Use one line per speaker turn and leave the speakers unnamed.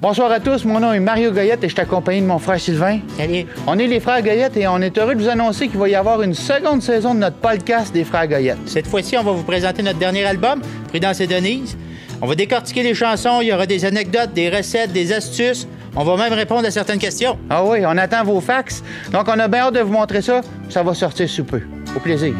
Bonsoir à tous, mon nom est Mario Goyette et je suis accompagné de mon frère Sylvain.
Salut.
On est les frères Goyette et on est heureux de vous annoncer qu'il va y avoir une seconde saison de notre podcast des frères Goyette.
Cette fois-ci, on va vous présenter notre dernier album, Prudence et Denise. On va décortiquer les chansons, il y aura des anecdotes, des recettes, des astuces. On va même répondre à certaines questions.
Ah oui, on attend vos fax. Donc on a bien hâte de vous montrer ça. Ça va sortir sous peu. Au plaisir.